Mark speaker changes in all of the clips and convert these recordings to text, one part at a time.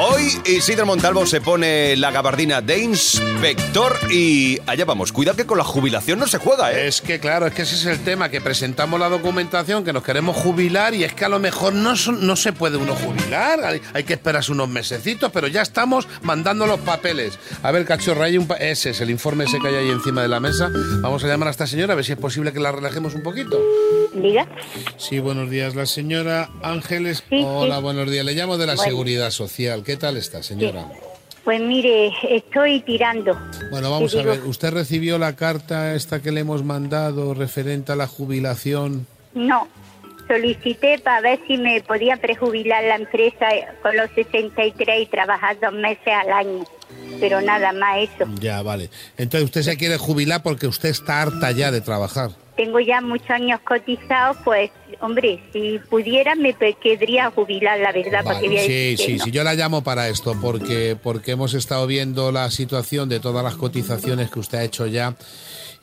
Speaker 1: Hoy Isidro Montalvo se pone la gabardina de inspector y allá vamos. Cuidado que con la jubilación no se juega, ¿eh?
Speaker 2: Es que claro, es que ese es el tema, que presentamos la documentación, que nos queremos jubilar y es que a lo mejor no, son- no se puede uno jubilar, hay, hay que esperarse unos mesecitos, pero ya estamos mandando los papeles. A ver, cachorra, hay un pa- ese es el informe ese que hay ahí encima de la mesa. Vamos a llamar a esta señora a ver si es posible que la relajemos un poquito.
Speaker 3: Diga,
Speaker 2: Sí, buenos días, la señora Ángeles.
Speaker 3: Sí,
Speaker 2: Hola,
Speaker 3: sí.
Speaker 2: buenos días. Le llamo de la
Speaker 3: Bueno.
Speaker 2: Seguridad Social. ¿Qué tal está, señora?
Speaker 3: pues mire, estoy tirando.
Speaker 2: Bueno, vamos
Speaker 3: Sí,
Speaker 2: a
Speaker 3: digo.
Speaker 2: ver. ¿Usted recibió la carta esta que le hemos mandado referente a la jubilación?
Speaker 3: No, solicité para ver si me podía prejubilar la empresa eh, con los 63 y trabajar dos meses al año, pero nada más eso.
Speaker 2: Ya, vale. Entonces usted se quiere jubilar porque usted está harta ya de trabajar.
Speaker 3: Tengo ya muchos años cotizados, pues, hombre, si pudiera me pe- querría jubilar, la
Speaker 2: Vale,
Speaker 3: verdad, porque voy a
Speaker 2: sí,
Speaker 3: decir que
Speaker 2: sí,
Speaker 3: no.
Speaker 2: sí. Yo la llamo para esto porque porque hemos estado viendo la situación de todas las cotizaciones que usted ha hecho ya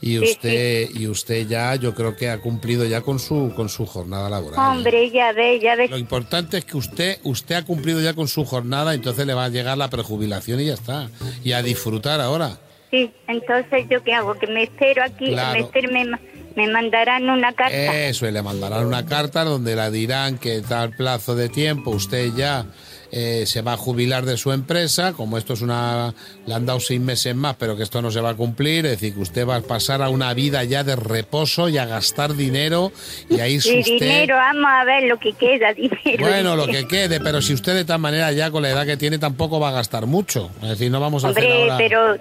Speaker 2: y
Speaker 3: Sí,
Speaker 2: usted y usted ya yo creo que ha cumplido ya con su con su jornada laboral. ¿eh?
Speaker 3: Hombre, ya ve, ya ve.
Speaker 2: Lo importante es que usted usted ha cumplido ya con su jornada, entonces le va a llegar la prejubilación y ya está. Y a disfrutar ahora.
Speaker 3: Sí, entonces, ¿yo qué hago? Que me espero aquí,
Speaker 2: Claro.
Speaker 3: me, espero, me, ma- me mandarán una carta.
Speaker 2: Eso, y le mandarán una carta donde la dirán que tal plazo de tiempo usted ya eh, se va a jubilar de su empresa, como esto es una... le han dado seis meses más, pero que esto no se va a cumplir, es decir, que usted va a pasar a una vida ya de reposo y a gastar dinero, y ahí es
Speaker 3: y
Speaker 2: usted...
Speaker 3: dinero, vamos a ver lo que queda, dinero.
Speaker 2: Bueno, lo
Speaker 3: dice.
Speaker 2: que quede, pero si usted de tal manera ya con la edad que tiene tampoco va a gastar mucho, es decir, no vamos a hacer
Speaker 3: Hombre,
Speaker 2: ahora...
Speaker 3: pero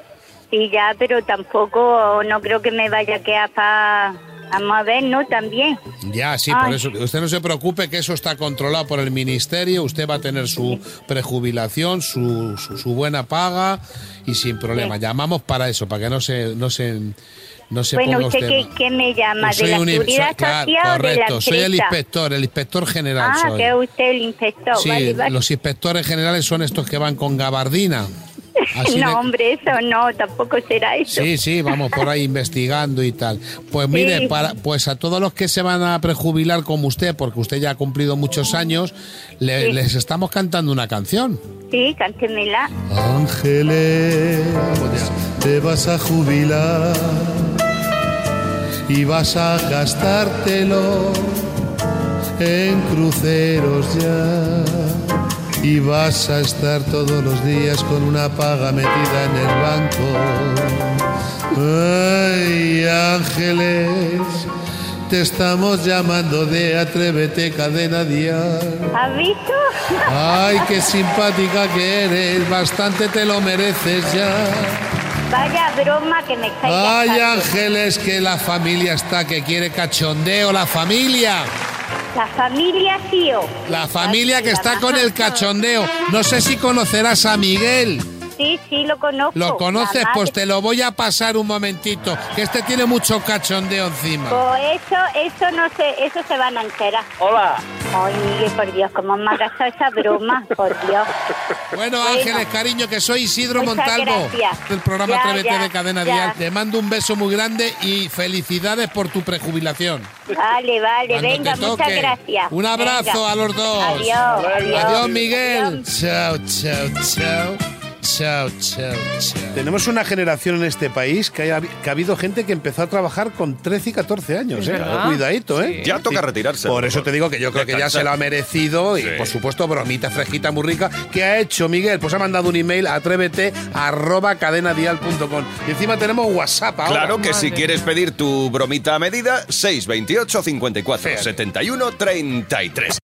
Speaker 3: sí, ya, pero tampoco, no creo que me vaya a quedar para... Vamos a ver, ¿no? También.
Speaker 2: Ya, sí, por
Speaker 3: Ay.
Speaker 2: eso. Usted no se preocupe que eso está controlado por el ministerio. Usted va a tener su prejubilación, su, su, su buena paga y sin problema. Llamamos para eso, para que no se, no se, no se
Speaker 3: bueno,
Speaker 2: ponga
Speaker 3: ¿usted
Speaker 2: usted.
Speaker 3: qué,
Speaker 2: mal.
Speaker 3: qué me llama?
Speaker 2: Soy
Speaker 3: ¿De la
Speaker 2: un in-
Speaker 3: seguridad
Speaker 2: soy- claro,
Speaker 3: social o de la
Speaker 2: correcto, soy el
Speaker 3: empresa?
Speaker 2: inspector, el inspector general
Speaker 3: Ah,
Speaker 2: soy.
Speaker 3: que es usted el inspector.
Speaker 2: Sí,
Speaker 3: vale, vale.
Speaker 2: los inspectores generales son estos que van con gabardina. Así
Speaker 3: no,
Speaker 2: de-
Speaker 3: hombre, eso no, tampoco será eso.
Speaker 2: Sí, sí, vamos por ahí investigando y tal. Pues mire,
Speaker 3: Sí.
Speaker 2: para, pues a todos los que se van a prejubilar como usted, porque usted ya ha cumplido muchos años, le-
Speaker 3: Sí.
Speaker 2: les estamos cantando una canción.
Speaker 3: Sí, cántemela.
Speaker 4: Ángeles, te vas a jubilar y vas a gastártelo en cruceros ya. Y vas a estar todos los días con una paga metida en el banco. Ay, ángeles, te estamos llamando de Atrévete Cadena Dial.
Speaker 3: ¿Has visto?
Speaker 4: Ay, qué simpática que eres, bastante te lo mereces ya.
Speaker 3: Vaya broma que me estáis
Speaker 2: Ay,
Speaker 3: gastando.
Speaker 2: Ángeles, que la familia está, que quiere cachondeo, la familia.
Speaker 3: La familia tío.
Speaker 2: La familia que está con el cachondeo. No sé si conocerás a Miguel.
Speaker 3: Sí, sí, lo conozco.
Speaker 2: ¿Lo conoces?
Speaker 3: La
Speaker 2: Pues
Speaker 3: madre-
Speaker 2: te lo voy a pasar un momentito, que este tiene mucho cachondeo encima.
Speaker 3: Pues eso, eso no sé, eso se van a enterar.
Speaker 5: Hola.
Speaker 3: Ay, Miguel, por Dios, cómo me ha gastado esa broma, por
Speaker 2: Bueno,
Speaker 3: Dios. Pues Bueno.
Speaker 2: Ángeles, cariño, que soy Isidro
Speaker 3: Muchas
Speaker 2: Montalvo
Speaker 3: gracias.
Speaker 2: del programa
Speaker 3: Ya,
Speaker 2: Atrévete
Speaker 3: ya,
Speaker 2: de Cadena
Speaker 3: ya.
Speaker 2: Dial. Te mando un beso muy grande y felicidades por tu prejubilación.
Speaker 3: Vale, vale,
Speaker 2: Cuando
Speaker 3: venga,
Speaker 2: te
Speaker 3: muchas
Speaker 2: toque.
Speaker 3: gracias.
Speaker 2: Un abrazo
Speaker 3: Venga.
Speaker 2: a los dos.
Speaker 3: Adiós, adiós.
Speaker 2: Adiós, Miguel.
Speaker 3: Adiós.
Speaker 2: Chao, chao, chao. Chao, chao, chao.
Speaker 4: Tenemos una generación en este país que, ha, que ha habido gente que empezó a trabajar con 13 y 14 años,
Speaker 6: Es
Speaker 4: ¿eh?
Speaker 6: verdad.
Speaker 4: Cuidadito, ¿eh?
Speaker 1: Ya toca retirarse.
Speaker 4: Por eso te digo que yo creo que ya
Speaker 1: Descansar.
Speaker 4: se lo ha merecido y
Speaker 1: Sí.
Speaker 4: por supuesto bromita fresquita muy rica. ¿Qué ha hecho Miguel? Pues ha mandado un email a atrévete arroba cadenadial.com. Y encima tenemos WhatsApp ahora.
Speaker 1: Claro que si
Speaker 6: Madre.
Speaker 1: quieres pedir tu bromita a medida, 628 54 71 33.